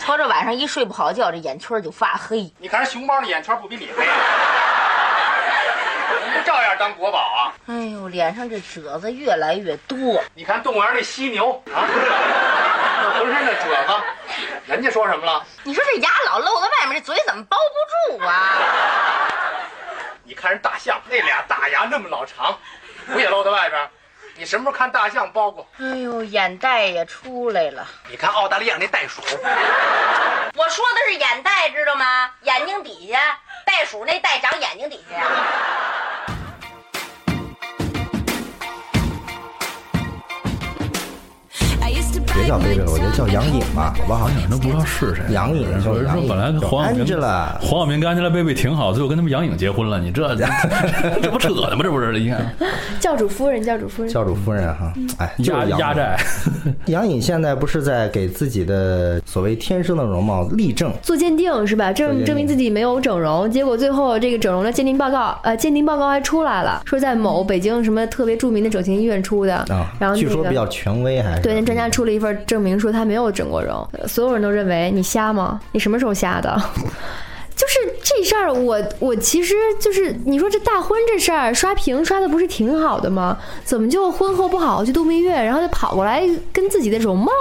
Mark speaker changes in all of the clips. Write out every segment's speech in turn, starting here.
Speaker 1: 操着晚上一睡不好觉，这眼圈就发黑。
Speaker 2: 你看人熊猫的眼圈不比你黑，不照样当国宝啊？
Speaker 1: 哎呦，脸上这褶子越来越多。
Speaker 2: 你看动物园那犀牛啊，那浑身的褶子，人家说什么了？
Speaker 1: 你说这牙老露在外面，这嘴怎么包不住啊？
Speaker 2: 你看人大象那俩大牙那么老长，不也露在外边儿？你什么时候看大象包过？
Speaker 1: 哎呦，眼袋也出来了。
Speaker 2: 你看澳大利亚那袋鼠，
Speaker 1: 我说的是眼袋，知道吗？眼睛底下，袋鼠那袋长眼睛底下呀、
Speaker 3: 别叫
Speaker 4: 别叫 baby
Speaker 3: baby
Speaker 4: 了，
Speaker 3: 了，
Speaker 4: 我
Speaker 3: 我觉
Speaker 4: 觉得
Speaker 3: 得
Speaker 4: 叫
Speaker 3: 叫
Speaker 4: 杨
Speaker 3: 杨
Speaker 4: 颖
Speaker 3: 颖
Speaker 4: 吧
Speaker 3: 吧，，
Speaker 4: 我
Speaker 3: 我
Speaker 4: 把
Speaker 3: 把
Speaker 4: 好
Speaker 3: 好
Speaker 4: 像
Speaker 3: 像
Speaker 4: 都
Speaker 3: 都
Speaker 4: 不
Speaker 3: 不知
Speaker 4: 知道
Speaker 3: 道
Speaker 4: 是
Speaker 3: 是
Speaker 4: 谁
Speaker 3: 谁。
Speaker 4: 了。
Speaker 3: 杨颖
Speaker 4: 有人说
Speaker 3: 说
Speaker 4: 本
Speaker 3: 本
Speaker 4: 来
Speaker 3: 来
Speaker 4: 黄
Speaker 3: 黄晓
Speaker 4: 晓明
Speaker 3: 明
Speaker 4: 黄晓明干起来 baby 挺好，最后跟他们杨颖结婚了，你 这这不扯呢吗？这不是一看
Speaker 5: 教主夫人，教主夫人，
Speaker 3: 教主夫人哈，哎，就是
Speaker 4: 压
Speaker 3: 杨颖
Speaker 4: 压寨，
Speaker 3: 杨颖现在不是在给自己的所谓天生的容貌立证，
Speaker 5: 做鉴定是吧？
Speaker 3: 鉴
Speaker 5: 证
Speaker 3: 定
Speaker 5: 证明自己没有整容，结果最后这个整容的鉴定报告，呃，鉴定报告还出来了，说在某北京什么特别著名的整形医院出的，
Speaker 3: 啊，
Speaker 5: 然后
Speaker 3: 据说
Speaker 5: 那
Speaker 3: 比较
Speaker 5: 个。
Speaker 3: 权威，还是
Speaker 5: 对，那专家出了一份证明，说他没有整过容，呃所有人都认为你瞎吗？你什么时候瞎的？ 就是这事儿，我我其实就是你说这大婚这事儿刷屏刷的不是挺好的吗？怎么就婚后不好好去度蜜月，然后就跑过来跟自己的容貌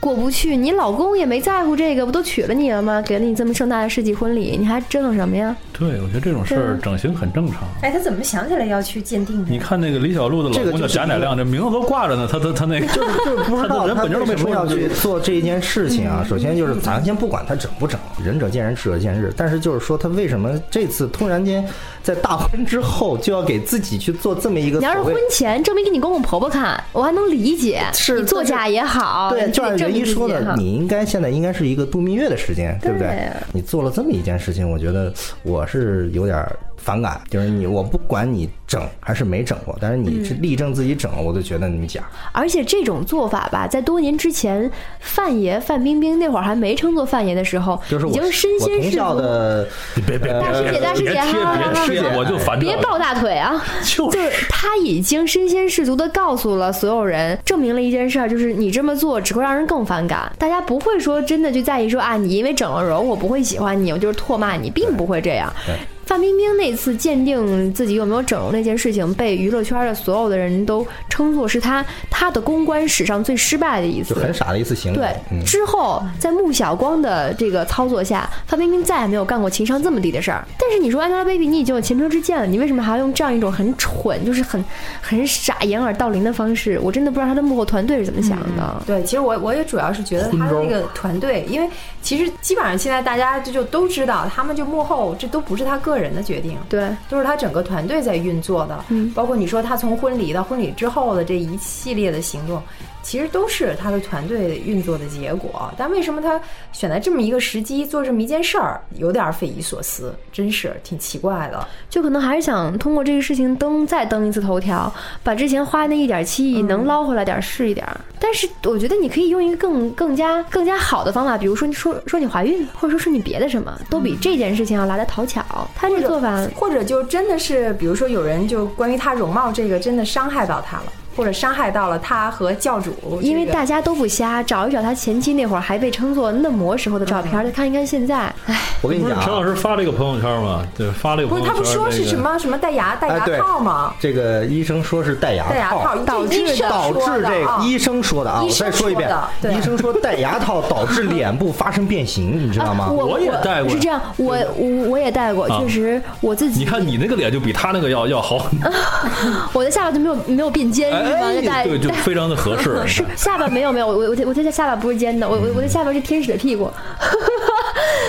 Speaker 5: 过不去？你老公也没在乎这个，不都娶了你了吗？给了你这么盛大的世纪婚礼，你还折腾什么呀？
Speaker 4: 对我觉得这种事儿整形很正常。
Speaker 6: 啊哎，他怎么想起来要去鉴定
Speaker 4: 你
Speaker 6: 的？
Speaker 4: 看那个李小璐的老公叫贾乃亮，这名字都挂着呢，他他他那个
Speaker 3: 就是就是不知道
Speaker 4: 人
Speaker 3: 他
Speaker 4: 本身都没
Speaker 3: 为什
Speaker 4: 说
Speaker 3: 么要
Speaker 4: 这
Speaker 3: 去
Speaker 4: 个
Speaker 3: 做这一件事情 啊。首先就是咱先不管他整不整，仁者见仁，智者见智。但是就是说他为什么这次突然间在大婚之后就要给自己去做这么一个
Speaker 5: 你要是
Speaker 3: 所谓
Speaker 5: 婚前证明给你公公婆婆看，我还能理解，
Speaker 3: 是
Speaker 5: 你作假也
Speaker 6: 哦
Speaker 5: 好，
Speaker 3: 对，
Speaker 5: 你
Speaker 3: 就按袁
Speaker 5: 证明
Speaker 3: 一
Speaker 5: 自己
Speaker 3: 说
Speaker 5: 也
Speaker 3: 的
Speaker 5: 好，
Speaker 3: 你应该现在应该是一个度蜜月的时间，对不对
Speaker 5: 对？
Speaker 3: 你做了这么一件事情，我觉得我是有点反感，就是你我不管你整还是没整过，但是
Speaker 6: 嗯
Speaker 3: 你是力证自己整，我就觉得你假。
Speaker 5: 而且这种做法吧，在多年之前，范爷范冰冰那会儿还没称作范爷的时候，
Speaker 3: 就是
Speaker 5: 已
Speaker 3: 我
Speaker 5: 经身
Speaker 3: 我
Speaker 5: 先
Speaker 3: 同
Speaker 5: 士
Speaker 3: 校
Speaker 5: 卒。
Speaker 3: 的 呃
Speaker 4: 别别
Speaker 5: 大师姐，大师
Speaker 4: 别
Speaker 5: 姐，
Speaker 4: 贴
Speaker 5: 哈哈哈
Speaker 4: 别
Speaker 5: 哈
Speaker 4: 贴，我就烦这
Speaker 5: 别
Speaker 4: 个。
Speaker 5: 抱大腿 啊！
Speaker 4: 就是
Speaker 5: 他已经身先士卒的告诉了所有人，证明了一件事儿，就是你这么做只会让人更反感。大家不会说真的就在意说啊，你因为整了容，我不会喜欢你，我就是唾骂你，并不会这样
Speaker 3: 对。
Speaker 5: 范冰冰那次鉴定自己有没有整容那件事情，被娱乐圈的所有的人都称作是她她的公关史上最失败的一次
Speaker 3: 就，很傻的一次行为。
Speaker 5: 对，
Speaker 3: 嗯，
Speaker 5: 之后在穆晓光的这个操作下，范冰冰再也没有干过情商这么低的事儿。但是你说哎 Angelababy，你已经有前车之鉴了，你为什么还要用这样一种很蠢、就是很很傻、掩耳盗铃的方式？我真的不知道她的幕后团队是怎么想的。
Speaker 6: 对，其实我我也主要是觉得他的那个团队，因为其实基本上现在大家就就都知道，他们就幕后这都不是他个人的决定，
Speaker 5: 对，
Speaker 6: 都是他整个团队在运作的。
Speaker 5: 嗯
Speaker 6: 包括你说他从婚礼到婚礼之后的这一系列的行动，其实都是他的团队运作的结果。但为什么他选在这么一个时机做这么一件事儿，有点匪夷所思，真是挺奇怪的。
Speaker 5: 就可能还是想通过这个事情登再登一次头条，把之前花那一点七亿能捞回来点儿是一点儿。但是我觉得你可以用一个更更加更加好的方法，比如说你说说你怀孕，或者说是你别的什么，都比这件事情要来的讨巧。她这
Speaker 6: 嗯或者
Speaker 5: 做法
Speaker 6: 或者就真的是，比如说有人就关于他容貌这个真的伤害到他了，或者伤害到了他和教主这个，
Speaker 5: 因为大家都不瞎，找一找他前妻那会儿还被称作嫩模时候的照片，再看一看现在，唉，
Speaker 3: 我嗯跟你
Speaker 4: 不是
Speaker 3: 讲
Speaker 4: 陈老
Speaker 3: 啊，
Speaker 4: 师发了一个朋友圈嘛？对，发了一个
Speaker 6: 不
Speaker 4: 朋
Speaker 6: 是
Speaker 4: 友圈。
Speaker 6: 他不说是
Speaker 4: 那个
Speaker 6: 什么什么戴牙戴
Speaker 3: 哎
Speaker 6: 牙
Speaker 3: 对
Speaker 6: 套吗？
Speaker 3: 这个医生说是戴牙
Speaker 6: 戴牙套
Speaker 3: 套。
Speaker 5: 导致
Speaker 6: 医生
Speaker 3: 导
Speaker 6: 说
Speaker 3: 致
Speaker 6: 的
Speaker 3: 这个
Speaker 6: 啊
Speaker 3: 医生说的啊，
Speaker 6: 医
Speaker 3: 我
Speaker 6: 生
Speaker 3: 再说一遍
Speaker 6: 说的，对
Speaker 3: 医生说戴牙套导致脸部发生变形，你知
Speaker 6: 啊
Speaker 3: 道吗？
Speaker 5: 啊我
Speaker 4: 我也戴过
Speaker 5: 是这样，我我我也戴过，
Speaker 4: 啊
Speaker 5: 确实我自己，
Speaker 4: 你看你那个脸就比他那个要要好，
Speaker 5: 我的下巴就没有没有变尖，
Speaker 6: 哎
Speaker 5: 是吧？就戴
Speaker 4: 哎对，就非常的合 适。
Speaker 5: 是下巴没有没有，我我我我的下巴不是尖的，我我我的下巴是天使的 屁股。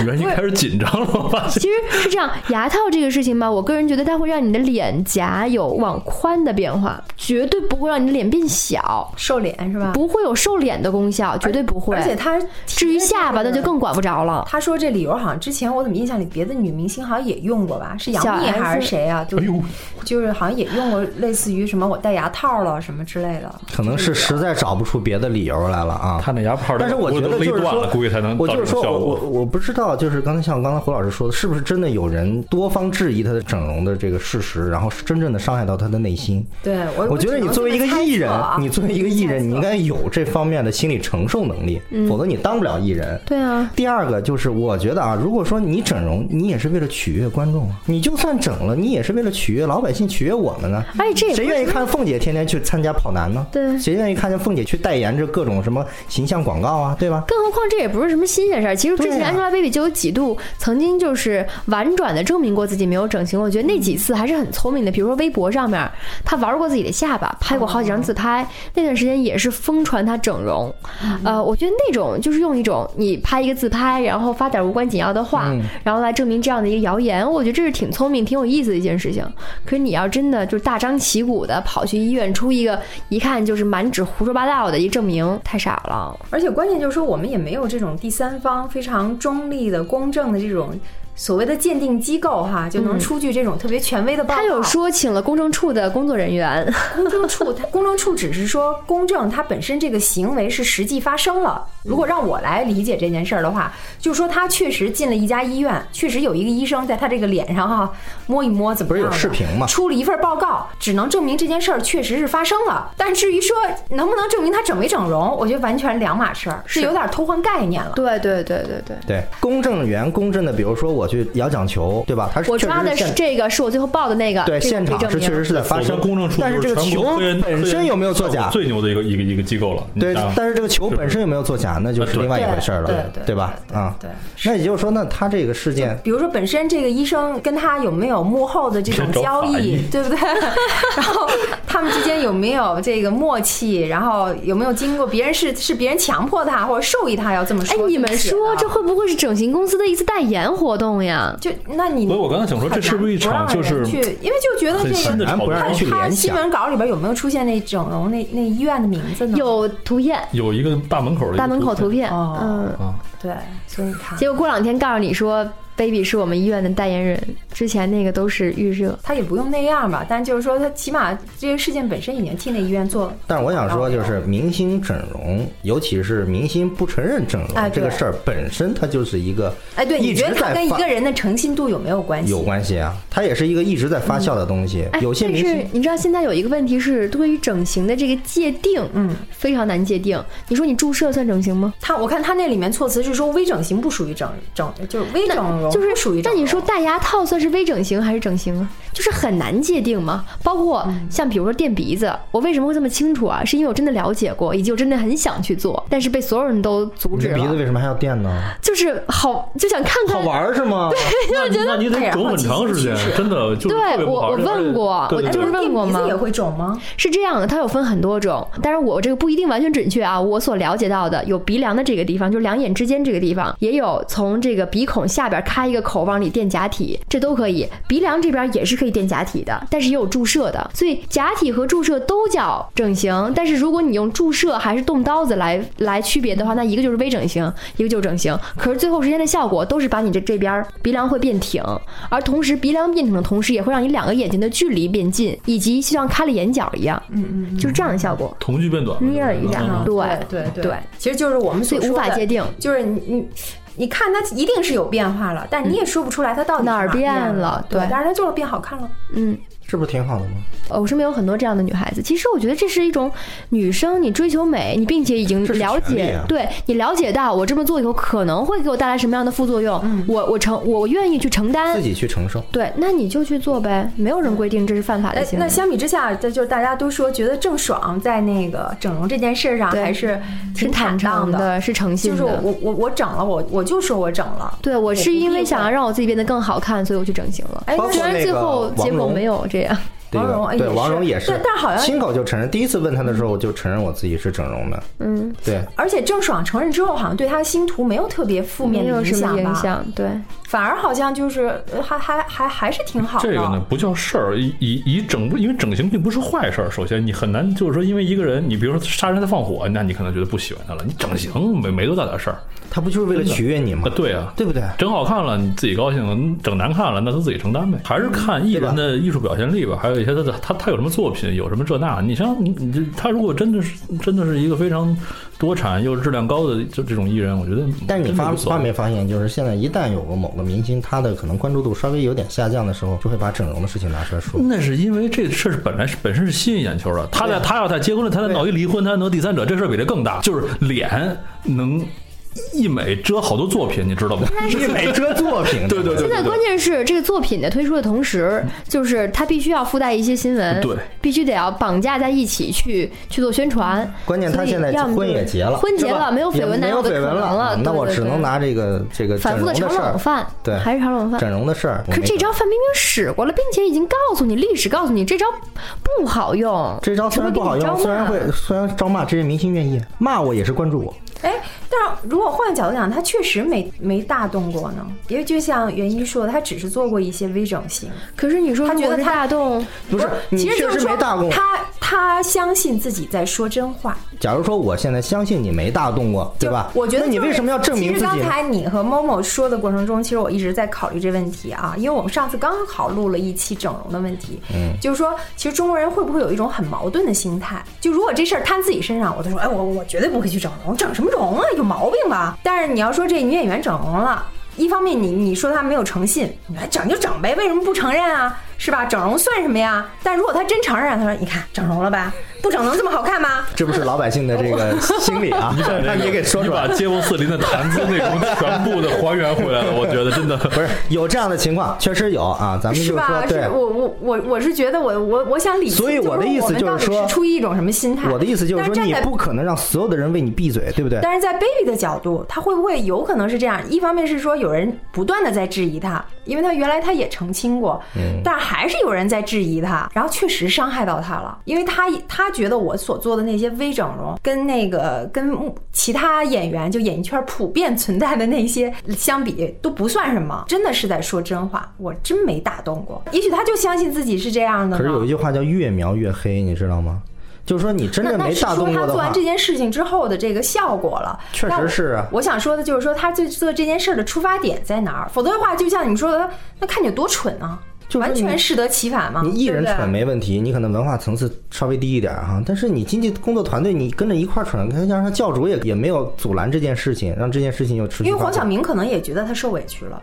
Speaker 4: 袁一开始紧张了，我发现。
Speaker 5: 其实是这样，牙套这个事情吧，我个人觉得它会让你的脸颊有往宽的变化，绝对不会让你的脸变小，
Speaker 6: 瘦脸是吧？
Speaker 5: 不会有瘦脸的功效，绝对不会。
Speaker 6: 而且他
Speaker 5: 至于下巴，那就更管不着了。
Speaker 6: 他说这理由好像之前我怎么印象里别的女明星好像也用过吧？是
Speaker 5: 小
Speaker 6: 杨幂
Speaker 5: S
Speaker 6: 还是谁啊？就
Speaker 4: 哎呦
Speaker 6: 就是好像也用过类似于什么我戴牙套了什么之类的。
Speaker 3: 可能是实在找不出别的理由来了啊。
Speaker 4: 他那牙泡儿都，
Speaker 3: 但是我觉得
Speaker 4: 勒
Speaker 3: 就是
Speaker 4: 断
Speaker 3: 说
Speaker 4: 了，估计才能
Speaker 3: 我
Speaker 4: 到
Speaker 3: 就
Speaker 4: 这
Speaker 3: 是
Speaker 4: 种
Speaker 3: 说
Speaker 4: 效
Speaker 3: 我我
Speaker 4: 果。
Speaker 3: 我不知道道，就是刚才像刚才胡老师说的，是不是真的有人多方质疑他的整容的这个事实，然后真正的伤害到他的内心？
Speaker 6: 对我，
Speaker 3: 我觉得
Speaker 6: 只
Speaker 3: 你
Speaker 6: 能
Speaker 3: 作为
Speaker 6: 这
Speaker 3: 一个
Speaker 6: 么猜
Speaker 3: 艺人
Speaker 6: 测啊，嗯
Speaker 3: 你作为一个艺人，
Speaker 6: 猜
Speaker 3: 你
Speaker 6: 测
Speaker 3: 应该有这方面的心理承受能力，否则你当不了艺人。
Speaker 5: 对啊，
Speaker 3: 第二个就是，我觉得啊，如果说你整容，你也是为了取悦观众啊，你就算整了，你也是为了取悦老百姓，取悦我们呢。
Speaker 5: 而且哎这也不
Speaker 3: 谁
Speaker 5: 是
Speaker 3: 愿意看凤姐天天去参加跑男呢？
Speaker 5: 对
Speaker 3: 谁愿意看见凤姐去代言这各种什么形象广告啊？对吧？
Speaker 5: 更何况这也不是什么新鲜事儿。其实之
Speaker 3: 对
Speaker 5: 前
Speaker 3: 啊
Speaker 5: Angelababy 就有几度曾经就是婉转的证明过自己没有整形，我觉得那
Speaker 3: 嗯
Speaker 5: 几次还是很聪明的。比如说微博上面，她玩过自己的下巴，拍过好
Speaker 3: 哦
Speaker 5: 几张自拍，那段时间也是疯传她整容。
Speaker 3: 嗯
Speaker 5: 呃，我觉得那种就是用一种你拍一个自拍，然后发点无关紧要的
Speaker 3: 嗯
Speaker 5: 话，然后来证明这样的一个谣言，我觉得这是挺聪明、挺有意思的一件事情。可是你要真的就是大张旗鼓的跑去医院出一个一看就是满纸胡说八道的一证明，太傻了。
Speaker 6: 而且关键就是说，我们也没有这种第三方非常中立的、公正的这种所谓的鉴定机构哈，就能出具这种特别权威的报告。
Speaker 5: 他有说请了公证处的工作人员，
Speaker 6: 公证处， 它公证处只是说公证它本身这个行为是实际发生了。如果让我来理解这件事儿的话，就说他确实进了一家医院，确实有一个医生在他这个脸上哈、摸一摸，怎么
Speaker 3: 不是有
Speaker 6: 样的
Speaker 3: 视频吗
Speaker 6: 出了一份报告，只能证明这件事儿确实是发生了。但至于说能不能证明他整没整容，我觉得完全两码事儿，是有点偷换概念了。
Speaker 5: 对对对对对。
Speaker 3: 对，公证员公证的，比如说我去摇奖球，对吧？他是
Speaker 5: 我
Speaker 3: 确
Speaker 5: 抓
Speaker 3: 实
Speaker 5: 的
Speaker 3: 是
Speaker 5: 是
Speaker 3: 现。
Speaker 5: 这个，是我最后报的那个。
Speaker 3: 对，
Speaker 5: 这个
Speaker 3: 现
Speaker 5: 可以
Speaker 3: 场是
Speaker 5: 证明
Speaker 3: 确实是在发
Speaker 4: 否
Speaker 3: 生
Speaker 4: 则，公证处
Speaker 3: 但是
Speaker 4: 就
Speaker 3: 这个
Speaker 4: 全
Speaker 3: 球
Speaker 4: 国科研
Speaker 3: 本身有没有作假？
Speaker 4: 最牛的一个一个一个机构了。你
Speaker 3: 对
Speaker 4: 想，
Speaker 3: 但是这个球
Speaker 4: 是啊
Speaker 3: 本身有没有作假，那就是
Speaker 4: 对
Speaker 3: 另外一
Speaker 6: 对
Speaker 3: 回事儿了，
Speaker 6: 对对
Speaker 3: 吧？
Speaker 6: 对
Speaker 3: 啊，
Speaker 6: 对
Speaker 3: 那也就是说，那他这个事件，
Speaker 6: 比如说本身这个医生跟他有没有幕后的这种
Speaker 4: 找
Speaker 6: 交
Speaker 4: 法
Speaker 6: 易
Speaker 4: 医，
Speaker 6: 对不 对？然后他们之间有没有这个默契？然后有没有经过别人是是别人强迫他或者授意他要这么
Speaker 5: 哎
Speaker 6: 说？，
Speaker 5: 你们
Speaker 6: 么写的
Speaker 5: 说这会不会是整形公司的一次代言活动呀？
Speaker 6: 啊就那你
Speaker 4: 所以我刚才想说这是不是一场
Speaker 6: 很难
Speaker 4: 就是
Speaker 6: 不让人去因为就觉得
Speaker 4: 很
Speaker 6: 这
Speaker 4: 新
Speaker 6: 个
Speaker 4: 的
Speaker 3: 咱不
Speaker 4: 炒作
Speaker 3: 让人去
Speaker 6: 他
Speaker 3: 联
Speaker 6: 新
Speaker 3: 想。
Speaker 6: 闻稿里边有没有出现那整容那那医院的名字呢？
Speaker 5: 有图片，
Speaker 4: 有一个大门口的一个
Speaker 5: 大门口图片，
Speaker 6: 哦
Speaker 5: 嗯。
Speaker 6: 对，所以你看
Speaker 5: 结果过两天告诉你说，baby 是我们医院的代言人，之前那个都是预热。
Speaker 6: 他也不用那样吧，但就是说他起码这个事件本身已经替那医院做。
Speaker 3: 但是我想说，就是
Speaker 6: 嗯
Speaker 3: 明星整容，尤其是明星不承认整
Speaker 6: 哎
Speaker 3: 容
Speaker 6: 对
Speaker 3: 这个事儿本身，它就是一个
Speaker 6: 哎，对，
Speaker 3: 一
Speaker 6: 你
Speaker 3: 直
Speaker 6: 觉得他
Speaker 3: 在
Speaker 6: 跟一
Speaker 3: 发
Speaker 6: 个人的诚信度有没有关系？
Speaker 3: 有关系啊，它也是一个一直在发酵的东西
Speaker 5: 哎。，
Speaker 3: 有些
Speaker 5: 但
Speaker 3: 明
Speaker 5: 是
Speaker 3: 星
Speaker 5: 你知道现在有一个问题是，对于整形的这个界定，嗯，非常难界定。你说你注射算整形吗？
Speaker 6: 他我看他那里面措辞是说微整形不属于整整，就是微整容
Speaker 5: 就是
Speaker 6: 不属于整
Speaker 5: 那
Speaker 6: 容。
Speaker 5: 你说戴牙套算是微整形还是整形啊？就是很难界定嘛。包括
Speaker 6: 嗯
Speaker 5: 像比如说垫鼻子，我为什么会这么清楚啊？是因为我真的了解过，以及我真的很想去做，但是被所有人都阻
Speaker 3: 你
Speaker 5: 止
Speaker 3: 这鼻子
Speaker 5: 了。
Speaker 3: 为什么还要垫呢？
Speaker 5: 就是好，就想看
Speaker 3: 好
Speaker 5: 看。
Speaker 3: 玩儿是吗？
Speaker 4: 那你那你得整很长时间
Speaker 6: 哎呀好奇心驱，使
Speaker 4: 真的就是
Speaker 5: 对
Speaker 4: 特别不好
Speaker 5: 我我
Speaker 4: 而且
Speaker 5: 问过
Speaker 4: 对
Speaker 5: 我
Speaker 4: 对
Speaker 5: 就是
Speaker 4: 对
Speaker 5: 问过吗
Speaker 6: 电鼻子也会肿吗？
Speaker 5: 是这样的，它有分很多种，但是我这个不一定完全准确啊。我所了解到的有鼻梁的这个地方，就是两眼之间这个地方，也有从这个鼻孔下边开一个口往里垫假体，这都可以。鼻梁这边也是可以垫假体的，但是也有注射的，所以假体和注射都叫整形。但是如果你用注射还是动刀子来来区别的话，那一个就是微整形，一个就是整形。可是最后实现的效果都是把你这这边儿鼻梁会变挺，而同时鼻梁变挺的同时，也会让你两个眼睛的距离变近，以及就像开了眼角一样。
Speaker 6: 嗯
Speaker 5: 就是这样的效果，
Speaker 4: 瞳距变短了，
Speaker 5: 捏了一下
Speaker 4: 嗯，
Speaker 5: 对
Speaker 6: 对对
Speaker 5: 对，
Speaker 6: 其实嗯就是我们
Speaker 5: 所
Speaker 6: 所
Speaker 5: 以无
Speaker 6: 说
Speaker 5: 法
Speaker 6: 的
Speaker 5: 界定
Speaker 6: 就是你你。你看它一定是有变化了，但你也说不出来它到底
Speaker 5: 嗯
Speaker 6: 是
Speaker 5: 哪儿
Speaker 6: 变
Speaker 5: 变了
Speaker 6: 对
Speaker 5: 对，
Speaker 6: 但是它就是变好看了。
Speaker 5: 嗯。
Speaker 3: 这不是挺好的吗？
Speaker 5: 呃我身边有很多这样的女孩子，其实我觉得这是一种女生，你追求美，你并且已经
Speaker 3: 这是
Speaker 5: 了
Speaker 3: 权利
Speaker 5: 解，
Speaker 3: 啊
Speaker 5: 对你了解到我这么做以后可能会给我带来什么样的副作用，
Speaker 6: 嗯
Speaker 5: 我我承我愿意去承担
Speaker 3: 自，己去承受。
Speaker 5: 对，那你就去做呗，没有人规定这是犯法
Speaker 6: 哎
Speaker 5: 的行为。
Speaker 6: 那相比之下，这就是大家都说觉得郑爽在那个整容这件事上
Speaker 5: 对
Speaker 6: 还是
Speaker 5: 是
Speaker 6: 挺
Speaker 5: 坦
Speaker 6: 荡
Speaker 5: 诚的，是诚信
Speaker 6: 就
Speaker 5: 的。
Speaker 6: 是我我我整了，我我就说我整了。
Speaker 5: 对我是因为想要
Speaker 6: 让。
Speaker 5: 让我自己变得更好看，所以我去整形了。
Speaker 6: 哎，
Speaker 3: 包
Speaker 6: 那
Speaker 3: 括
Speaker 5: 虽然
Speaker 3: 那
Speaker 5: 最
Speaker 3: 个
Speaker 5: 后结
Speaker 3: 王
Speaker 5: 果
Speaker 3: 蓉
Speaker 5: 没有这样，
Speaker 3: 这个
Speaker 6: 王蓉哎
Speaker 3: 对
Speaker 6: 也
Speaker 3: 王
Speaker 6: 是
Speaker 3: 蓉也
Speaker 6: 但但好像
Speaker 3: 亲口就承认，第一次问他的时候我就承认我自己是整容的。
Speaker 5: 嗯，
Speaker 3: 对，
Speaker 6: 而且郑爽承认之后，好像对她的星途没有特别负面
Speaker 5: 没
Speaker 6: 的
Speaker 5: 有什么
Speaker 6: 吧？
Speaker 5: 影响，对。
Speaker 6: 反而好像就是呃还还还还是挺好的。
Speaker 4: 这个呢不叫事儿，以以以整不，因为整形并不是坏事儿。首先，你很难就是说，因为一个人，你比如说杀人他放火，那你可能觉得不喜欢他了。你整形没没多大点事儿
Speaker 3: 他不就是为了
Speaker 4: 真的
Speaker 3: 取悦你
Speaker 4: 啊
Speaker 3: 吗？，
Speaker 4: 对啊，
Speaker 3: 对不对？
Speaker 4: 整好看了，你自己高兴；嗯整难看了，那他自己承担呗。还
Speaker 3: 嗯
Speaker 4: 是看艺人的艺术表现力吧，还有一些他的他他有什么作品，有什么这那。你像你这他如果真的是真的是一个非常多产又质量高的这这种艺人，我觉得
Speaker 3: 但是你
Speaker 4: 真的
Speaker 3: 发
Speaker 4: 不错
Speaker 3: 发没发现，就是现在一旦有个某个明星，他的可能关注度稍微有点下降的时候，就会把整容的事情拿出来说。
Speaker 4: 那是因为这事儿本来是本身是吸引眼球的，
Speaker 3: 啊
Speaker 4: 他在他要再结婚了，他再闹一离婚，他闹第三者，这事儿比这更大，就是脸能一美遮好多作品，你知道吗？
Speaker 3: 一美遮作品，
Speaker 4: 对对对
Speaker 5: 现在关键是这个作品的推出的同时，就是它必须要附带一些新闻，
Speaker 4: 对
Speaker 5: 必须得要绑架在一起去去做宣传。
Speaker 3: 关键他现在
Speaker 5: 所以要么
Speaker 3: 婚也
Speaker 5: 就是
Speaker 3: 结了，
Speaker 5: 婚结
Speaker 3: 是吧
Speaker 5: 了，没有
Speaker 3: 也
Speaker 5: 绯闻
Speaker 3: 没
Speaker 5: 男
Speaker 3: 有
Speaker 5: 友的
Speaker 3: 绯
Speaker 5: 可
Speaker 3: 闻啊
Speaker 5: 能了，
Speaker 3: 那
Speaker 5: 对
Speaker 3: 我
Speaker 5: 对
Speaker 3: 只
Speaker 5: 对
Speaker 3: 能拿这个这个
Speaker 5: 反复
Speaker 3: 整
Speaker 5: 的
Speaker 3: 容
Speaker 5: 炒
Speaker 3: 事儿
Speaker 5: 冷饭，
Speaker 3: 对，
Speaker 5: 还是炒冷饭。
Speaker 3: 整容的事儿。
Speaker 5: 可是
Speaker 3: 我没
Speaker 5: 这招
Speaker 3: 辙
Speaker 5: 范冰冰使过了，并且已经告诉你，历史告诉你这招不好用。
Speaker 3: 这招虽然
Speaker 5: 只
Speaker 3: 不
Speaker 5: 会
Speaker 3: 好
Speaker 5: 给你啊
Speaker 3: 用，
Speaker 5: 招
Speaker 3: 虽然
Speaker 5: 骂
Speaker 3: 会虽然招骂，这些明星愿意骂我也是关注我。
Speaker 6: 哎，但是如果换个角度讲，他确实没没大动过呢，因为就像袁一说的，他只是做过一些微整形，
Speaker 5: 可是你说，
Speaker 6: 他觉
Speaker 5: 如果
Speaker 6: 得
Speaker 5: 是
Speaker 6: 他
Speaker 5: 大动，
Speaker 3: 不是，你
Speaker 6: 其实
Speaker 3: 确
Speaker 6: 就
Speaker 3: 实
Speaker 6: 是
Speaker 3: 没
Speaker 6: 说
Speaker 3: 大动。
Speaker 6: 他他相信自己在说真话，
Speaker 3: 假如说我现在相信你没大动过，对
Speaker 6: 就
Speaker 3: 吧？
Speaker 6: 我觉得
Speaker 3: 那你
Speaker 6: 就是
Speaker 3: 为什么要证明
Speaker 6: 其
Speaker 3: 自
Speaker 6: 实
Speaker 3: 己
Speaker 6: 刚
Speaker 3: 呢？
Speaker 6: 才你和 Momo 说的过程中，其实我一直在考虑这问题啊，因为我们上次刚好录了一期整容的问题，嗯，就是说，其实中国人会不会有一种很矛盾的心态？就如果这事儿摊自己身上，我就说，哎，我我绝对不会去整容，整什么容啊，有毛病吧？但是你要说这女演员整容了。一方面你，你说她没有诚信，你说整就整呗，为什么不承认啊？是吧？整容算什么呀？但如果她真承认了，她说：“你看整容了吧？不整能这么好看吗？
Speaker 3: 这不是老百姓的这个心理 啊，让你给说
Speaker 4: 你
Speaker 3: 出
Speaker 4: 把
Speaker 3: 来。
Speaker 4: 街坊四邻的谈资内容全部的还原回来了，我觉得真的
Speaker 3: 不是有这样的情况，确实有啊，咱们就是是
Speaker 6: 吧
Speaker 3: 说？
Speaker 6: 是
Speaker 3: 对。
Speaker 6: 我我我我是觉得我我我想理清，
Speaker 3: 所以我的意思
Speaker 6: 就
Speaker 3: 就是
Speaker 6: 我
Speaker 3: 是
Speaker 6: 们
Speaker 3: 说
Speaker 6: 到底是出于一种什么心态？
Speaker 3: 我的意思就是
Speaker 6: 但
Speaker 3: 说，
Speaker 6: 站
Speaker 3: 你
Speaker 6: 在
Speaker 3: 不可能让所有的人为你闭嘴，对不对？
Speaker 6: 但是在 baby 的角度，他会不会有可能是这样？一方面是说有人不断的在质疑他，因为他原来他也澄清过，
Speaker 3: 嗯
Speaker 6: 但还是有人在质疑他，然后确实伤害到他了，因为他他觉得我所做的那些微整容跟那个跟其他演员就演艺圈普遍存在的那些相比都不算什么，真的是在说真话，我真没打动过。也许他就相信自己是这样的呢。
Speaker 3: 可是有一句话叫“越描越黑”，你知道吗？就是说你真
Speaker 6: 那
Speaker 3: 的
Speaker 6: 那
Speaker 3: 没
Speaker 6: 是
Speaker 3: 大
Speaker 6: 说
Speaker 3: 动
Speaker 6: 他
Speaker 3: 过的
Speaker 6: 做
Speaker 3: 话
Speaker 6: 完这，件事情之后的这个效果了，
Speaker 3: 确
Speaker 6: 那
Speaker 3: 实
Speaker 6: 我
Speaker 3: 是啊
Speaker 6: 我想说的就是说，他最做这件事儿的出发点在哪儿？否则的话，就像你们说的，那看你有多蠢啊，
Speaker 3: 就是
Speaker 6: 完
Speaker 3: 你
Speaker 6: 全适得其反嘛。
Speaker 3: 你艺人
Speaker 6: 对不对
Speaker 3: 蠢没问题，你可能文化层次稍微低一点儿哈，但是你经济工作团队你跟着一块儿蠢，再加上教主也也没有阻拦这件事情，让这件事情又持续。
Speaker 6: 因为黄晓，明可能也觉得他受委屈了，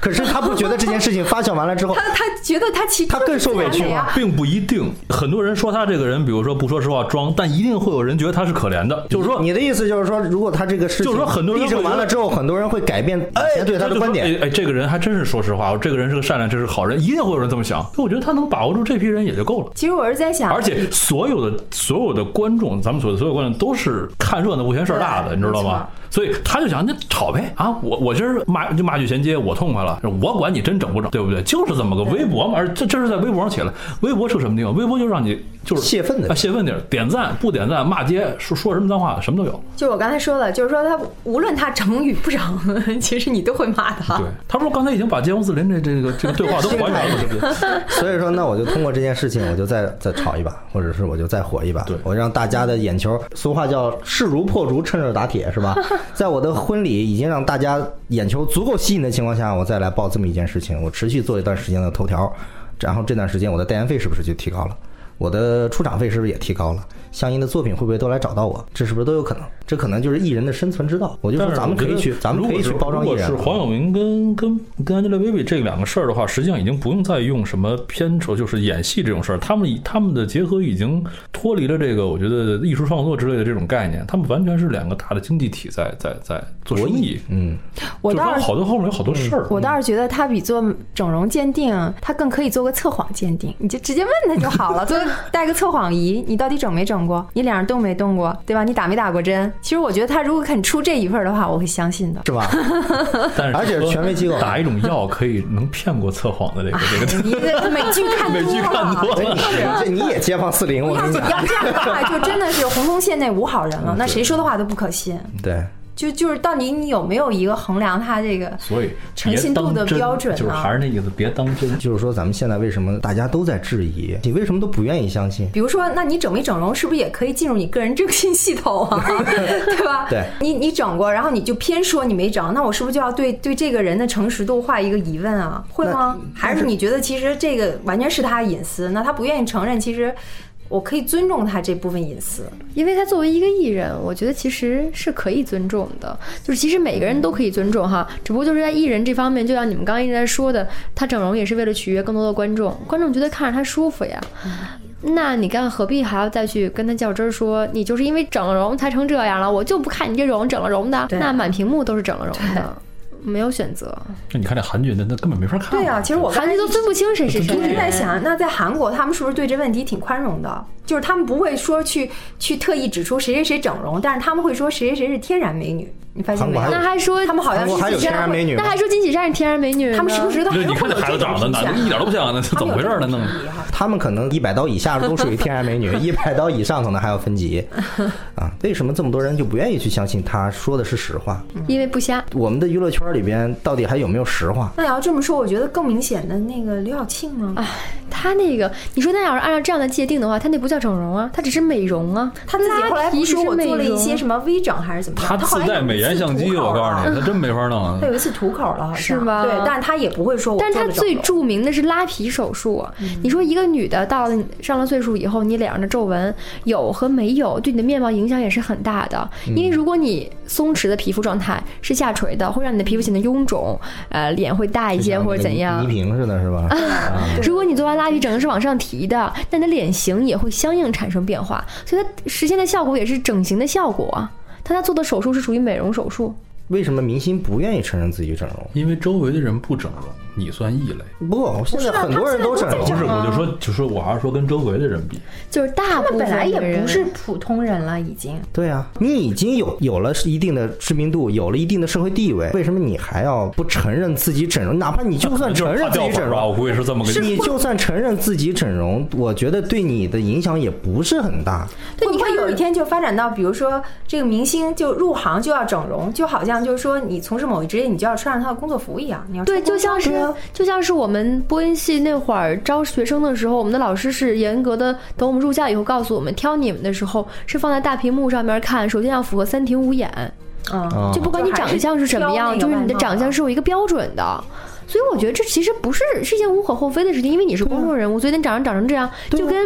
Speaker 3: 可是他不觉得这件事情发酵完了之后
Speaker 6: 他，他觉得他其实
Speaker 3: 他更受委屈
Speaker 6: 就是这样的呀
Speaker 4: 并不一定。很多人说他这个人，比如说不说实话装，但一定会有人觉得他是可怜的，就是说
Speaker 3: 你的意思就是说，如果他这个事情
Speaker 4: 就是说很多人
Speaker 3: 立证
Speaker 4: 会觉
Speaker 3: 完
Speaker 4: 得
Speaker 3: 了之后，很多人会改变以前对他的观点。
Speaker 4: 就说哎哎，这个人还真是说实话，这个人是个善良，这是个好人，一定会有人这么想。我觉得他能把握住这批人也就够了。
Speaker 6: 其实我是在想，
Speaker 4: 而且所有的所有的观众，咱们所所有观众都是看热闹不嫌事儿大的，
Speaker 6: 对
Speaker 4: 你知道
Speaker 6: 没
Speaker 4: 吗
Speaker 6: 错？
Speaker 4: 所以他就想，那吵呗啊！我我今儿骂就骂句衔接，我痛快了，我管你真整不整，对不对？就是这么个微博嘛，而这这是在微博上写了，微博是个什么地方？微博就让你就是
Speaker 3: 泄愤的地
Speaker 4: 啊，
Speaker 3: 方
Speaker 4: 泄愤地儿，点赞不点赞，骂街说说什么脏话，什么都有。
Speaker 6: 就是我刚才说的，就是说他无论他整与不整， 其实你都会骂他。
Speaker 4: 对，他不是刚才已经把街坊四邻这这个这个对话都还原 了吗，对不对？
Speaker 3: 所以说，那我就通过这件事情，我就再再炒一把，或者是我就再火一把。
Speaker 4: 对
Speaker 3: 我让大家的眼球，俗话叫势如破竹，趁热打铁， 是吧？在我的婚礼已经让大家眼球足够吸引的情况下，我再来报这么一件事情，我持续做一段时间的头条，然后这段时间我的代言费是不是就提高了？我的出场费是不是也提高了？相应的作品会不会都来找到我？这是不是都有可能？这可能就是艺人的生存之道。我就
Speaker 4: 但
Speaker 3: 说
Speaker 4: 是
Speaker 3: 咱们可以去
Speaker 4: 我觉，得
Speaker 3: 咱们可以去
Speaker 4: 如果
Speaker 3: 包装艺人啊
Speaker 4: 是如
Speaker 3: 了。
Speaker 4: 果是黄晓明跟跟跟 Angelababy 这两个事儿的话，实际上已经不用再用什么片酬，就是演戏这种事儿，他们以他们的结合已经脱离了这个我觉得艺术创作之类的这种概念，他们完全是两个大的经济体在在在做生意。
Speaker 3: 嗯，
Speaker 6: 我
Speaker 4: 就是
Speaker 6: 倒
Speaker 4: 说
Speaker 6: 是
Speaker 4: 好多后面有好多事儿。
Speaker 6: 我倒是觉得他比做整容鉴定，他更可以做个测谎鉴定，你就直接问他就好了，做个带个测谎仪，你到底整没整过？你脸上动没动过？对吧？你打没打过针？其实我觉得他如果肯出这一份儿的话，我会相信的。
Speaker 3: 是 吧？
Speaker 4: 但是
Speaker 3: 而且
Speaker 4: 说
Speaker 3: 权威机构
Speaker 4: 打一种药可以能骗过测谎的这个这个。
Speaker 6: 啊你这美剧看
Speaker 4: 美剧看
Speaker 6: 多
Speaker 4: 多
Speaker 6: 了。
Speaker 4: 了，
Speaker 3: 这你也街坊四邻，我
Speaker 6: 要
Speaker 3: 跟你
Speaker 6: 是
Speaker 3: 讲，
Speaker 6: 要这样的话，就真的是红通县内无好人
Speaker 4: 嗯
Speaker 6: 了。那谁说的话都不可信，
Speaker 3: 对。
Speaker 6: 就就是到底你有没有一个衡量他这个
Speaker 4: 所以
Speaker 6: 诚信度的标准
Speaker 4: 就是
Speaker 6: 啊
Speaker 4: 还是那意思，别当真。
Speaker 3: 就是说，咱们现在为什么大家都在质疑？你为什么都不愿意相信？
Speaker 6: 比如说，那你整没整容，是不是也可以进入你个人征信系 统啊？对吧？
Speaker 3: 对
Speaker 6: 你你整过，然后你就偏说你没整，那我是不是就要对对这个人的诚实度画一个疑问啊？会吗？还是你觉得其实这个完全是他的隐私，那他不愿意承认，其实我可以尊重他这部分隐
Speaker 3: 哦
Speaker 6: 私。
Speaker 5: 因为他作为一个艺人，我觉得其实是可以尊重的，就是其实每个人都可以尊重哈，只不过就是在哎艺人这方面，就像你们刚刚一直在说的，他整容也是为了取悦更多的观众，观众觉得看着他舒服呀。
Speaker 6: 嗯
Speaker 5: 那你干何必还要再去跟他较真儿说你就是因为整了容才成这样了？我就不看你这种整了容的，
Speaker 6: 对啊
Speaker 5: 那满屏幕都是整了容的，没有选择。
Speaker 4: 那你看这韩剧，那那根本没法看。
Speaker 6: 对啊，其实我刚
Speaker 5: 韩
Speaker 6: 才
Speaker 5: 剧都分不清谁是谁。
Speaker 6: 我一直在想，那在韩国他们是不是对这问题挺宽容的？就是他们不会说去去特意指出谁谁谁整容，但是他们会说谁谁谁是天然美女。你发现没
Speaker 3: 韩
Speaker 6: 有
Speaker 3: 国？
Speaker 5: 那还说
Speaker 6: 他们好像
Speaker 3: 韩国还有
Speaker 6: 是
Speaker 3: 天然美女吗
Speaker 5: 那还说金喜善是天然美女呢，
Speaker 6: 他们 时不时的
Speaker 4: 对，你看这孩子长得，哪一点都不像，那
Speaker 6: 他
Speaker 4: 怎么
Speaker 6: 们有
Speaker 4: 回
Speaker 6: 这
Speaker 4: 事儿
Speaker 6: 种
Speaker 4: 呢？弄
Speaker 6: 质疑哈
Speaker 3: 他们可能一百刀以下都属于天然美女，一百刀以上可能还要分级啊。为什么这么多人就不愿意去相信他说的是实话？
Speaker 5: 因为不瞎。
Speaker 3: 我们的娱乐圈里边到底还有没有实话？
Speaker 6: 那你要这么说，我觉得更明显的那个刘晓庆呢，
Speaker 5: 哎，他那个，你说那要是按照这样的界定的话，他那不叫整容啊，他只是美容啊。
Speaker 6: 她自己后来不说我做了一些什
Speaker 5: 么，
Speaker 6: 么微整还是怎么
Speaker 4: 他
Speaker 6: 样？后
Speaker 4: 自
Speaker 6: 来
Speaker 4: 带美颜相机，我告诉你，他真没法弄啊
Speaker 6: 他。啊有一次涂口了，好像
Speaker 5: 嗯是吗
Speaker 6: 对，但是他也不会说我做
Speaker 5: 但
Speaker 6: 了嗯
Speaker 5: 是
Speaker 6: 整
Speaker 5: 他
Speaker 6: 容。
Speaker 5: 最著名的是拉皮手术啊。你说一个女的到了上了岁数以后，你脸上的皱纹有和没有，对你的面貌影响也是很大的。
Speaker 6: 嗯
Speaker 5: 因为如果你松弛的皮肤状态是下垂的，会让你的皮肤显得臃肿，呃，脸会大一些或者怎样
Speaker 3: 就像那个。倪萍似的，是吧？啊
Speaker 5: 如果你做完拉皮，整个是往上提的，那你的脸型也会相应产生变化，所以它实现的效果也是整形的效果啊。但他做的手术是属于美容手术，
Speaker 3: 为什么明星不愿意承认自己整容？
Speaker 4: 因为周围的人不整容，你算异类。
Speaker 3: 不，现在很多人都整容
Speaker 4: 不
Speaker 5: 啊
Speaker 4: 是，我就说，就说我还是说跟周围的人比，
Speaker 5: 就是大
Speaker 6: 他
Speaker 5: 部分
Speaker 6: 们本来
Speaker 5: 的
Speaker 6: 也
Speaker 5: 人
Speaker 6: 不是普通人了，已经。
Speaker 3: 对啊，你已经有有了一定的知名度，有了一定的社会地位，为什么你还要不承认自己整容？哪怕你就算承认自己整
Speaker 4: 吧，
Speaker 3: 容，
Speaker 4: 啊我估计是这么个意思。
Speaker 3: 你就算承认自己整容，我觉得对你的影响也不是很大。
Speaker 6: 对，你看有一天就发展到，比如说这个明星就入行就要整容，就好像就是说你从事某一职业，你就要穿上他的工作服一样，你要
Speaker 5: 对，
Speaker 6: 穿
Speaker 5: 就
Speaker 6: 工
Speaker 5: 像是
Speaker 3: 对啊
Speaker 5: 就像是我们播音系那会儿招学生的时候，我们的老师是严格的，等我们入校以后告诉我们，挑你们的时候是放在大屏幕上面看，首先要符合三庭五眼，
Speaker 6: 嗯，
Speaker 3: 啊
Speaker 5: 就不管你长相是什么样，
Speaker 6: 就还
Speaker 5: 就
Speaker 6: 是挑那个
Speaker 5: 是你的
Speaker 6: 外貌
Speaker 5: 长相是有一个标准的。所以我觉得这其实不是是一件无可厚非的事情，因为你是
Speaker 3: 啊
Speaker 5: 公众人物，所以你长成长成这样，就跟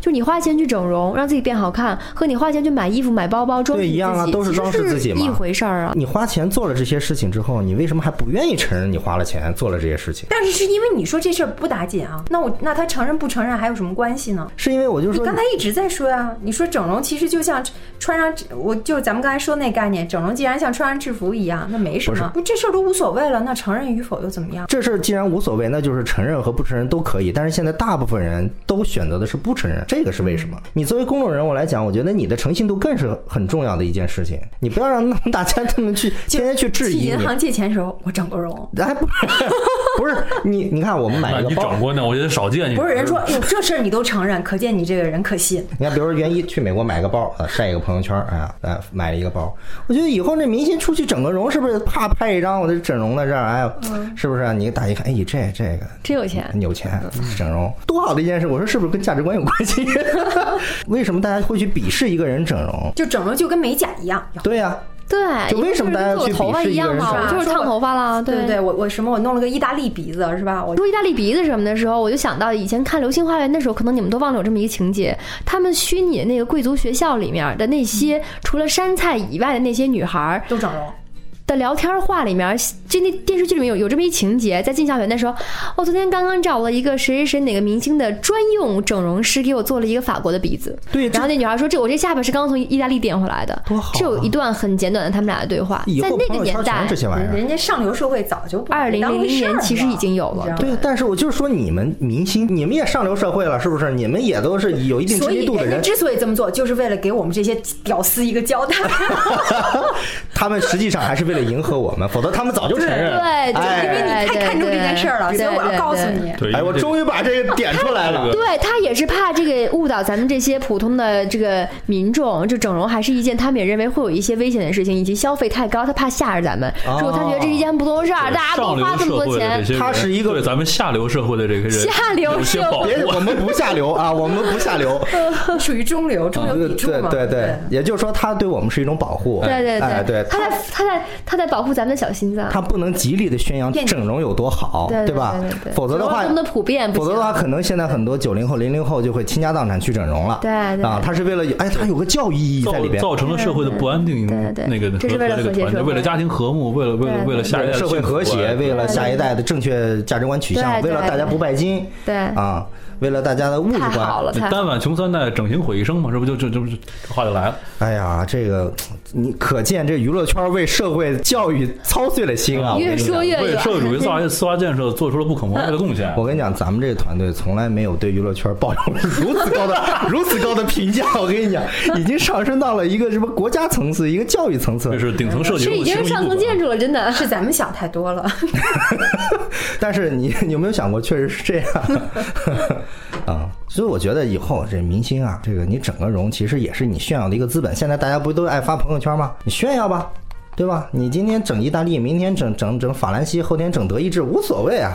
Speaker 5: 就你花钱去整容让自己变好看，和你花钱去买衣服、买包包装饰
Speaker 3: 对
Speaker 5: 自己
Speaker 3: 一样啊都是
Speaker 5: 其实
Speaker 3: 装饰自己嘛
Speaker 5: 一回事儿啊。
Speaker 3: 你花钱做了这些事情之后，你为什么还不愿意承认你花了钱做了这些事情？
Speaker 6: 但是是因为你说这事儿不打紧啊，那我那他承认不承认还有什么关系呢？
Speaker 3: 是因为我就
Speaker 6: 你
Speaker 3: 说
Speaker 6: 刚才一直在说呀、你说整容其实就像穿上，我就是咱们刚才说那概念，整容既然像穿上制服一样，那没什
Speaker 3: 不是
Speaker 6: 么，不这事儿都无所谓了，那承认与否又怎么样？
Speaker 3: 这事儿既然无所谓，那就是承认和不承认都可以。但是现在大部分人都选择的是不承认，这个是为什么？你作为公众人物来讲，我觉得你的诚信度更是很重要的一件事情。你不要让那么大家他们去 天天去质
Speaker 6: 去
Speaker 3: 疑
Speaker 6: 银
Speaker 3: 你。
Speaker 6: 行借钱的时候，我整过容。
Speaker 3: 哎，不是，不是你，你看我们买
Speaker 4: 那
Speaker 3: 一
Speaker 4: 你
Speaker 3: 个包
Speaker 4: 整，过呢？我觉得少
Speaker 3: 嗯
Speaker 4: 见。
Speaker 6: 不是人说，哎呦，这事儿你都承认，可见你这个人可信。
Speaker 3: 你看，比如说袁一去美国买个包，啊，晒一个朋友圈，哎呀，哎，买了一个包。我觉得以后这明星出去整个容，是不是怕拍一张我的整容在这儿？哎呀，是不是？你大家一看，哎，这这个
Speaker 5: 真有钱，
Speaker 3: 有钱 整容，嗯多好的一件事！我说是不是跟价值观有关系？ 为什么大家会去鄙视一个人整容？
Speaker 6: 就整容就跟美甲一样。
Speaker 3: 对呀、
Speaker 5: 对，
Speaker 3: 就为什么大家
Speaker 5: 因为就
Speaker 3: 去
Speaker 5: 是跟做头发
Speaker 3: 鄙视
Speaker 5: 一
Speaker 3: 一个
Speaker 5: 样
Speaker 3: 人
Speaker 5: 嘛？
Speaker 3: 是
Speaker 5: 我
Speaker 3: 吧
Speaker 5: 就是烫头发啦，
Speaker 6: 对对，我我什么我弄了个意大利鼻子是吧？我
Speaker 5: 说意大利鼻子什么的时候，我就想到以前看《流星花园》的时候，可能你们都忘了有这么一个情节：他们虚拟的那个贵族学校里面的那
Speaker 3: 嗯
Speaker 5: 些除了山菜以外的那些女孩儿
Speaker 6: 都整容，
Speaker 5: 的聊天话里面，这那电视剧里面有有这么一情节，在进校园的时候，我昨天刚刚找了一个谁谁谁哪个明星的专用整容师，给我做了一个法国的鼻子。
Speaker 3: 对
Speaker 5: 然后那女孩说：“这我这下巴是刚从意大利点回来的。”
Speaker 3: 多好啊
Speaker 5: 这有一段很简短的他们俩的对话
Speaker 3: 以，
Speaker 5: 在
Speaker 3: 后
Speaker 5: 那
Speaker 3: 朋
Speaker 5: 个
Speaker 3: 友
Speaker 5: 年
Speaker 3: 圈全
Speaker 5: 代
Speaker 3: 是这，些玩意
Speaker 6: 人
Speaker 3: 儿。
Speaker 6: 人家上流社会早就不
Speaker 5: 2000
Speaker 6: 当回事儿
Speaker 5: 年其实已经有了
Speaker 6: 你知道吗
Speaker 3: 对，但是我就是说，你们明星，你们也上流社会了，是不是？你们也都是有一定知
Speaker 6: 所
Speaker 3: 名
Speaker 6: 以
Speaker 3: 度的
Speaker 6: 人家
Speaker 3: 人，
Speaker 6: 之所以这么做，就是为了给我们这些屌丝一个交 代。
Speaker 3: 他们实际上还是为了迎合我们，否则他们早就承认了。
Speaker 5: 对，就
Speaker 3: 哎
Speaker 6: 因为你太看重这件事儿了，所以我要告诉。
Speaker 5: 对对对对对
Speaker 6: 你，
Speaker 4: 对，
Speaker 3: 哎，我
Speaker 4: 于
Speaker 3: 终于把这个点出来 了。
Speaker 5: 对他也是怕这个误导咱们这些普通的这个民众，就整容还是一件他们也认为会有一些危险的事情，以及消费太高，他怕吓着咱们。
Speaker 3: 哦
Speaker 5: 如果他觉得这是一件不通事儿，大家
Speaker 4: 上
Speaker 5: 都
Speaker 4: 流
Speaker 5: 花这
Speaker 4: 社
Speaker 5: 么
Speaker 4: 会
Speaker 5: 多
Speaker 4: 的这
Speaker 5: 钱，
Speaker 4: 些人，
Speaker 3: 他是一个
Speaker 4: 对咱们下流社会的这个人，
Speaker 5: 下流
Speaker 4: 有些
Speaker 5: 社
Speaker 4: 保
Speaker 5: 会
Speaker 3: 别，
Speaker 4: 护。
Speaker 3: 我们不下流啊，我们不下流。
Speaker 6: 属于中流，中流砥柱
Speaker 3: 对
Speaker 6: 嘛。
Speaker 3: 哦对对，也就是说，他对我们是一种保护。
Speaker 5: 对对
Speaker 3: 哎对，
Speaker 5: 他在他在他在保护咱们的小心脏。
Speaker 3: 他不能极力的宣扬
Speaker 6: 辩解
Speaker 3: 整容有多好，
Speaker 5: 嗯对对
Speaker 3: 吧
Speaker 5: 对对对
Speaker 3: 否则的话，
Speaker 5: 整容多么的普遍不行
Speaker 3: 否则的话，可能现在很多九零后、零零后就会倾家荡产去整容了。
Speaker 5: 对对
Speaker 3: 啊，他是为了哎，他有个教育意义在
Speaker 4: 造
Speaker 3: 里边，
Speaker 4: 造成了社会的不安定，
Speaker 5: 对对对
Speaker 4: 那个
Speaker 5: 这是为了
Speaker 4: 和这
Speaker 5: 和
Speaker 4: 个
Speaker 5: 谐
Speaker 4: 团结，
Speaker 5: 社会
Speaker 4: 为了家庭和睦，为了为了
Speaker 5: 对
Speaker 4: 为了下一代的
Speaker 3: 社会
Speaker 4: 幸福
Speaker 3: 和谐，
Speaker 4: 哎
Speaker 3: 为了下一代的正确价值观取向，为
Speaker 5: 对对
Speaker 3: 了大家不拜金，
Speaker 5: 对
Speaker 3: 啊，为了大家的物质
Speaker 5: 太好
Speaker 3: 观。
Speaker 5: 了，太好了
Speaker 4: 单反穷三代，整形毁一生嘛，这不就就就就这话就来了。
Speaker 3: 哎呀，这个你可见这娱乐圈为社会教育操碎了心啊！我跟
Speaker 5: 越
Speaker 3: 你讲
Speaker 5: 说越
Speaker 4: 为
Speaker 5: 远。
Speaker 4: 社会主义造 司法建设做出了不可磨灭的贡献。
Speaker 3: 我跟你讲，咱们这个团队从来没有对娱乐圈抱有 如此高的、如此高的评价。我跟你讲，已经上升到了一个什么国家层次、一个教育层次
Speaker 4: 这。是顶层设计，
Speaker 5: 是已经是 上层建筑了，真的。
Speaker 6: 是咱们想太多了。
Speaker 3: 但是你你有没有想过，确实是这样 啊？所以我觉得以后这明星啊，这个你整个容其实也是你炫耀的一个资本。现在大家不都爱发朋友圈吗？你炫耀吧。对吧？你今天整意大利，明天整整整法兰西，后天整德意志，无所谓啊。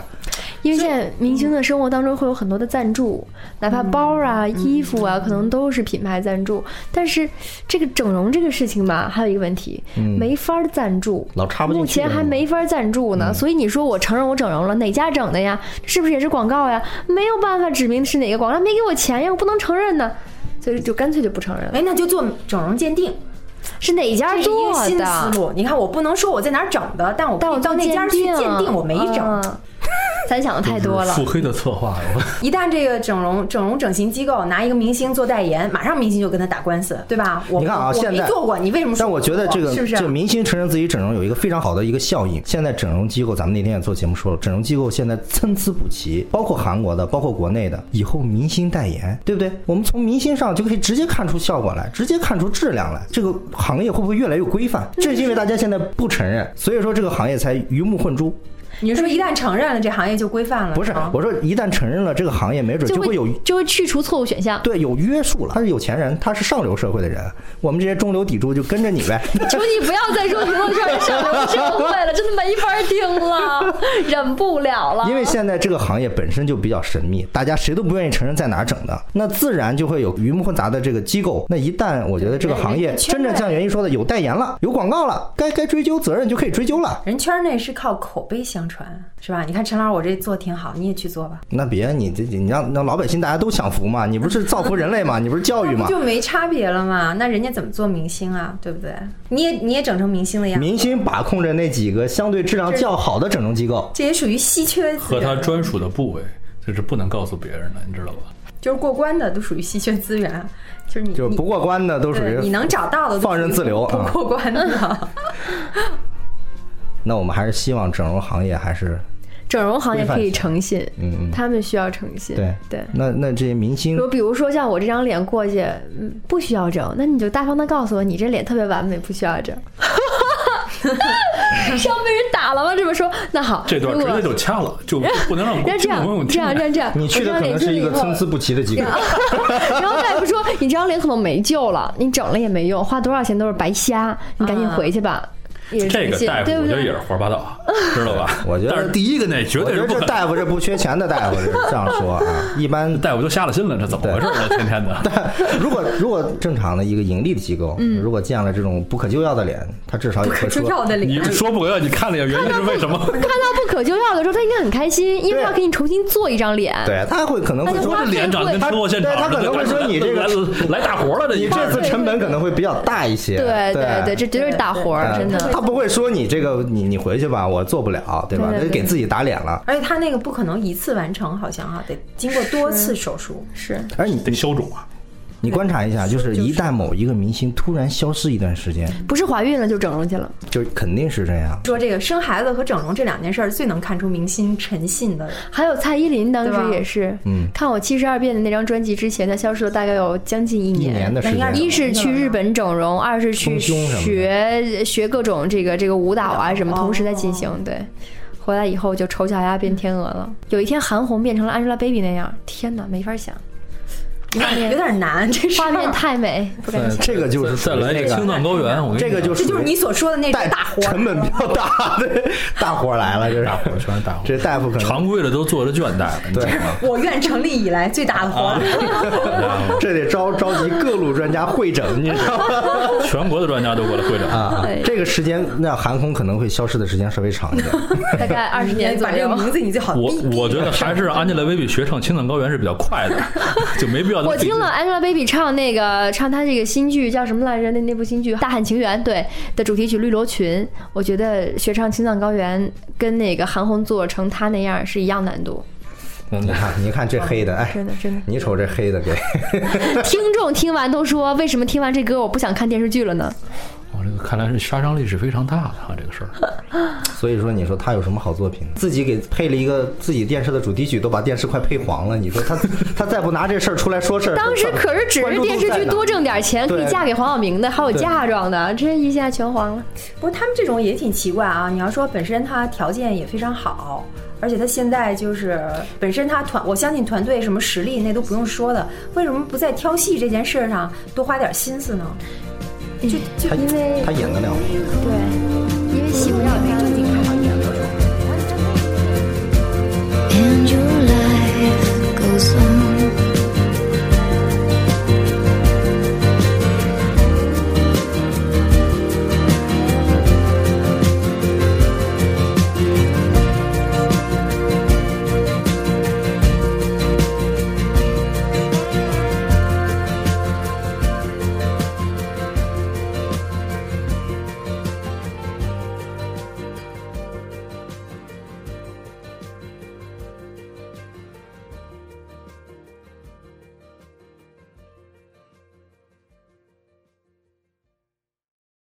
Speaker 5: 因为现
Speaker 6: 嗯
Speaker 5: 在明星的生活当中会有很多的赞助，哪怕包啊、
Speaker 6: 嗯
Speaker 5: 衣服啊，可能都是品牌赞助。但是这个整容这个事情吧，还有一个问题，
Speaker 6: 嗯
Speaker 5: 没法儿赞助，
Speaker 3: 老插不进
Speaker 5: 目
Speaker 3: 去
Speaker 5: 前还没法儿赞助
Speaker 6: 嗯
Speaker 5: 呢。所以你说我承认我整容了，哪家整的呀？是不是也是广告呀？没有办法指明是哪个广告，他没给我钱呀，我不能承认呢。所以就干脆就不承认了，
Speaker 6: 哎，那就做整容鉴定，
Speaker 5: 是哪家
Speaker 6: 这是一
Speaker 5: 做
Speaker 6: 个新思
Speaker 5: 的？
Speaker 6: 路。你看，我不能说我在哪儿整的，但我
Speaker 5: 但
Speaker 6: 可
Speaker 5: 我
Speaker 6: 以到
Speaker 5: 做
Speaker 6: 那家去鉴定，我没整。
Speaker 5: 嗯咱想的太多 了。
Speaker 4: 腹黑的策划，
Speaker 6: 一旦这个整容、整容整形机构拿一个明星做代言，马上明星就跟他打官司，对吧？我
Speaker 3: 你看啊
Speaker 6: 我
Speaker 3: 现在
Speaker 6: 没做过，你为什么说
Speaker 3: 但我觉得这个
Speaker 6: 做是不啊
Speaker 3: 这个
Speaker 6: 是？
Speaker 3: 明星承认自己整容有一个非常好的一个效应。现在整容机构，咱们那天也做节目说了，整容机构现在参差不齐，包括韩国的，包括国内的。以后明星代言，对不对？我们从明星上就可以直接看出效果来，直接看出质量来。这个行业会不会越来越规范？正是因为大家现在不承认，所以说这个行业才鱼目混珠。
Speaker 6: 你是说一旦承认了，这行业就规范了？啊
Speaker 3: 不是
Speaker 6: 吗，
Speaker 3: 我说一旦承认了这个行业，没准就
Speaker 5: 就
Speaker 3: 会有
Speaker 5: 就会去除错误选项，
Speaker 3: 对有约束了。他是有钱人，他是上流社会的人，我们这些中流砥柱就跟着你呗。
Speaker 5: 求你不要再 说娱乐圈上流社会了，真的没法听了，忍不了了。
Speaker 6: 啊
Speaker 3: 因为现在这个行业本身就比较神秘，大家谁都不愿意承认在哪儿整的，那自然就会有鱼目混杂的这个机构。那一旦我觉得这个行业
Speaker 6: 人家圈
Speaker 3: 真
Speaker 6: 内
Speaker 3: 正像袁一说的有代言了，有广告了，该该追究责任就可以追究了。
Speaker 6: 人圈内是靠口碑相传，是吧？你看陈老师，我这做挺好，你也去做吧，
Speaker 3: 那别你这你让让老百姓大家都享福嘛，你不是造福人类嘛，你不是教育
Speaker 6: 那
Speaker 3: 嘛
Speaker 6: 不？就没差别了吗？那人家怎么做明星啊？对不对？你也你也整成明星了呀？
Speaker 3: 明星把控着那几个相对质量较好的整容机构，
Speaker 6: 这也属于稀缺资
Speaker 4: 和他
Speaker 6: 源，
Speaker 4: 专属的部位， 这是不能告诉别人的，你知道 吧？
Speaker 6: 就是过关的都属于稀缺资源，就是你
Speaker 3: 就是
Speaker 6: 你
Speaker 3: 不过关的都属于
Speaker 6: 对你能找到的都
Speaker 3: 放任自流
Speaker 6: 属于
Speaker 3: 啊
Speaker 6: 不过 关的。
Speaker 3: 那我们还是希望整容行业还是
Speaker 5: 整容行业可以诚信，
Speaker 3: 嗯
Speaker 5: 他们需要诚信。
Speaker 3: 对
Speaker 5: 对。
Speaker 3: 那那这些明星
Speaker 5: 说，比如说像我这张脸过去，嗯，不需要整，那你就大方的告诉我，你这脸特别完美，不需要整。 是要被人打了吗？这么说，那好，
Speaker 4: 这段
Speaker 5: 如
Speaker 4: 直
Speaker 5: 果
Speaker 4: 接就掐了，就不能让
Speaker 5: 哎 那这
Speaker 4: 听众朋友
Speaker 5: 样，这
Speaker 4: 听
Speaker 5: 样，这样，这样，
Speaker 3: 你去的
Speaker 5: 我
Speaker 3: 可
Speaker 5: 这张
Speaker 3: 能
Speaker 5: 脸
Speaker 3: 是
Speaker 5: 进
Speaker 3: 一
Speaker 5: 去
Speaker 3: 个
Speaker 5: 以后
Speaker 3: 参差不齐的 机构。
Speaker 5: 然后大夫说：“你这张脸可能没救了，你整了也没用，花多少钱都是白瞎，你赶紧回去吧。也是
Speaker 4: 这
Speaker 5: 诚
Speaker 4: 个
Speaker 5: 信
Speaker 4: 大夫，
Speaker 5: 对
Speaker 4: 我
Speaker 5: 不
Speaker 4: 觉得也
Speaker 5: 对
Speaker 4: 是？胡说八 道，啊知道吧？
Speaker 3: 我觉得
Speaker 4: 但是第一个那绝
Speaker 3: 我
Speaker 4: 对
Speaker 3: 觉得
Speaker 4: 是
Speaker 3: 这
Speaker 4: 不可能。
Speaker 3: 大夫这不缺钱的大夫是这样说啊，一般。
Speaker 4: 大夫就瞎了心了，这怎么回事呢？天天 的，
Speaker 3: 如果如果正常的一个盈利的机构，如果见了这种不可救药的脸，他至少也会
Speaker 6: 可
Speaker 3: 说，
Speaker 6: 出照的
Speaker 4: 你
Speaker 6: 脸，
Speaker 4: 说不可要，你看了一眼原因是为什么？
Speaker 5: 看到不可救药的时候，他应该很开心，因
Speaker 3: 对
Speaker 5: 为要给你重新做一张脸。
Speaker 3: 对他会可能会说
Speaker 5: 那就花，
Speaker 4: 脸长得跟车祸现场似的，
Speaker 3: 他对他可能会说你这个
Speaker 4: 来来大活了，这
Speaker 3: 你
Speaker 4: 一
Speaker 3: 这次成本可能会比较大一些。
Speaker 5: 对
Speaker 3: 对
Speaker 5: 对，这绝对是大活儿，
Speaker 3: 嗯
Speaker 5: 真的。
Speaker 3: 他不会说你这个你你回去吧，我做不了，对吧？
Speaker 5: 对对
Speaker 3: 那
Speaker 5: 对
Speaker 3: 就给自己打脸了。
Speaker 6: 而且他那个不可能一次完成，好像哈、啊得经过多次手术。
Speaker 5: 是
Speaker 3: 而你
Speaker 4: 得消肿啊！
Speaker 3: 你观察一下，就是一旦某一个明星突然消失一段时间，
Speaker 5: 不是怀孕了就整容去了？
Speaker 3: 就肯定是这样。
Speaker 6: 说这个生孩子和整容这两件事儿，最能看出明星诚信 的。
Speaker 5: 还有蔡依林当
Speaker 6: 对吧
Speaker 5: 时也是，
Speaker 3: 嗯
Speaker 5: 看我七十二变的那张专辑之前，她消失了大概有将近一
Speaker 3: 一
Speaker 5: 年。
Speaker 3: 年的时间，
Speaker 5: 一是去日本整容，二是去
Speaker 3: 丰胸什么的
Speaker 5: 学学各种这个这个舞蹈啊什么，
Speaker 3: 哦
Speaker 5: 同时在进行。对，回来以后就丑小鸭变天鹅了。有一天韩红变成了 Angelababy 那样，天哪，没法想。画面
Speaker 6: 有点难，这事儿
Speaker 5: 画面太美，不敢
Speaker 3: 呃
Speaker 5: 想。
Speaker 3: 这个就是
Speaker 4: 再来一
Speaker 3: 那
Speaker 4: 个青
Speaker 3: 个，
Speaker 4: 藏高原，我跟你
Speaker 3: 这个
Speaker 4: 讲
Speaker 3: 就
Speaker 6: 这就是你所说的那
Speaker 3: 带
Speaker 6: 种大活儿，
Speaker 3: 成本比较大的大活儿来了，这是
Speaker 4: 大伙儿全是大伙儿，
Speaker 3: 这大夫可能
Speaker 4: 常规的都坐着倦怠了，你知道吗？
Speaker 6: 我院成立以来最大的活儿。
Speaker 3: 这得招召集各路专家会诊，你知道吗？
Speaker 4: 全国的专家都过来会诊，
Speaker 3: 啊，这个时间那航空可能会消失的时间稍微长一 点。
Speaker 5: 大概二十年左
Speaker 6: 把这个
Speaker 5: 右。
Speaker 6: 名字你最好
Speaker 4: 我
Speaker 6: 避避
Speaker 4: 我觉得还是 Angelababy 学唱青藏高原是比较快的，就没必要。
Speaker 5: 我听了 Angelababy 唱那个唱她这个新剧叫什么来着？那那部新剧《大汉情缘》对的主题曲《绿罗裙》，我觉得学唱《青藏高原》跟那个韩红做成她那样是一样难度，
Speaker 3: 你看，你看这黑的，哎，
Speaker 5: 真的真的。
Speaker 3: 你瞅这黑的给，
Speaker 5: 听众听完都说，为什么听完这歌我不想看电视剧了呢？
Speaker 3: 哦
Speaker 4: 我这个看来是杀伤力是非常大的啊，这个事儿。
Speaker 3: 所以说你说他有什么好作品？自己给配了一个自己电视的主题曲，都把电视快配黄了。你说他他再不拿这事儿出来说事儿，
Speaker 5: 当时可是只是电视剧多挣点钱，可以嫁给黄晓明的，还有嫁妆的，这一下全黄了。
Speaker 6: 不过他们这种也挺奇怪啊！你要说本身他条件也非常好，而且他现在就是本身他团，我相信团队什么实力那都不用说的，为什么不在挑戏这件事上多花点心思呢？
Speaker 5: 就就因为
Speaker 3: 他演得了吗？
Speaker 5: 对，因为喜不了他。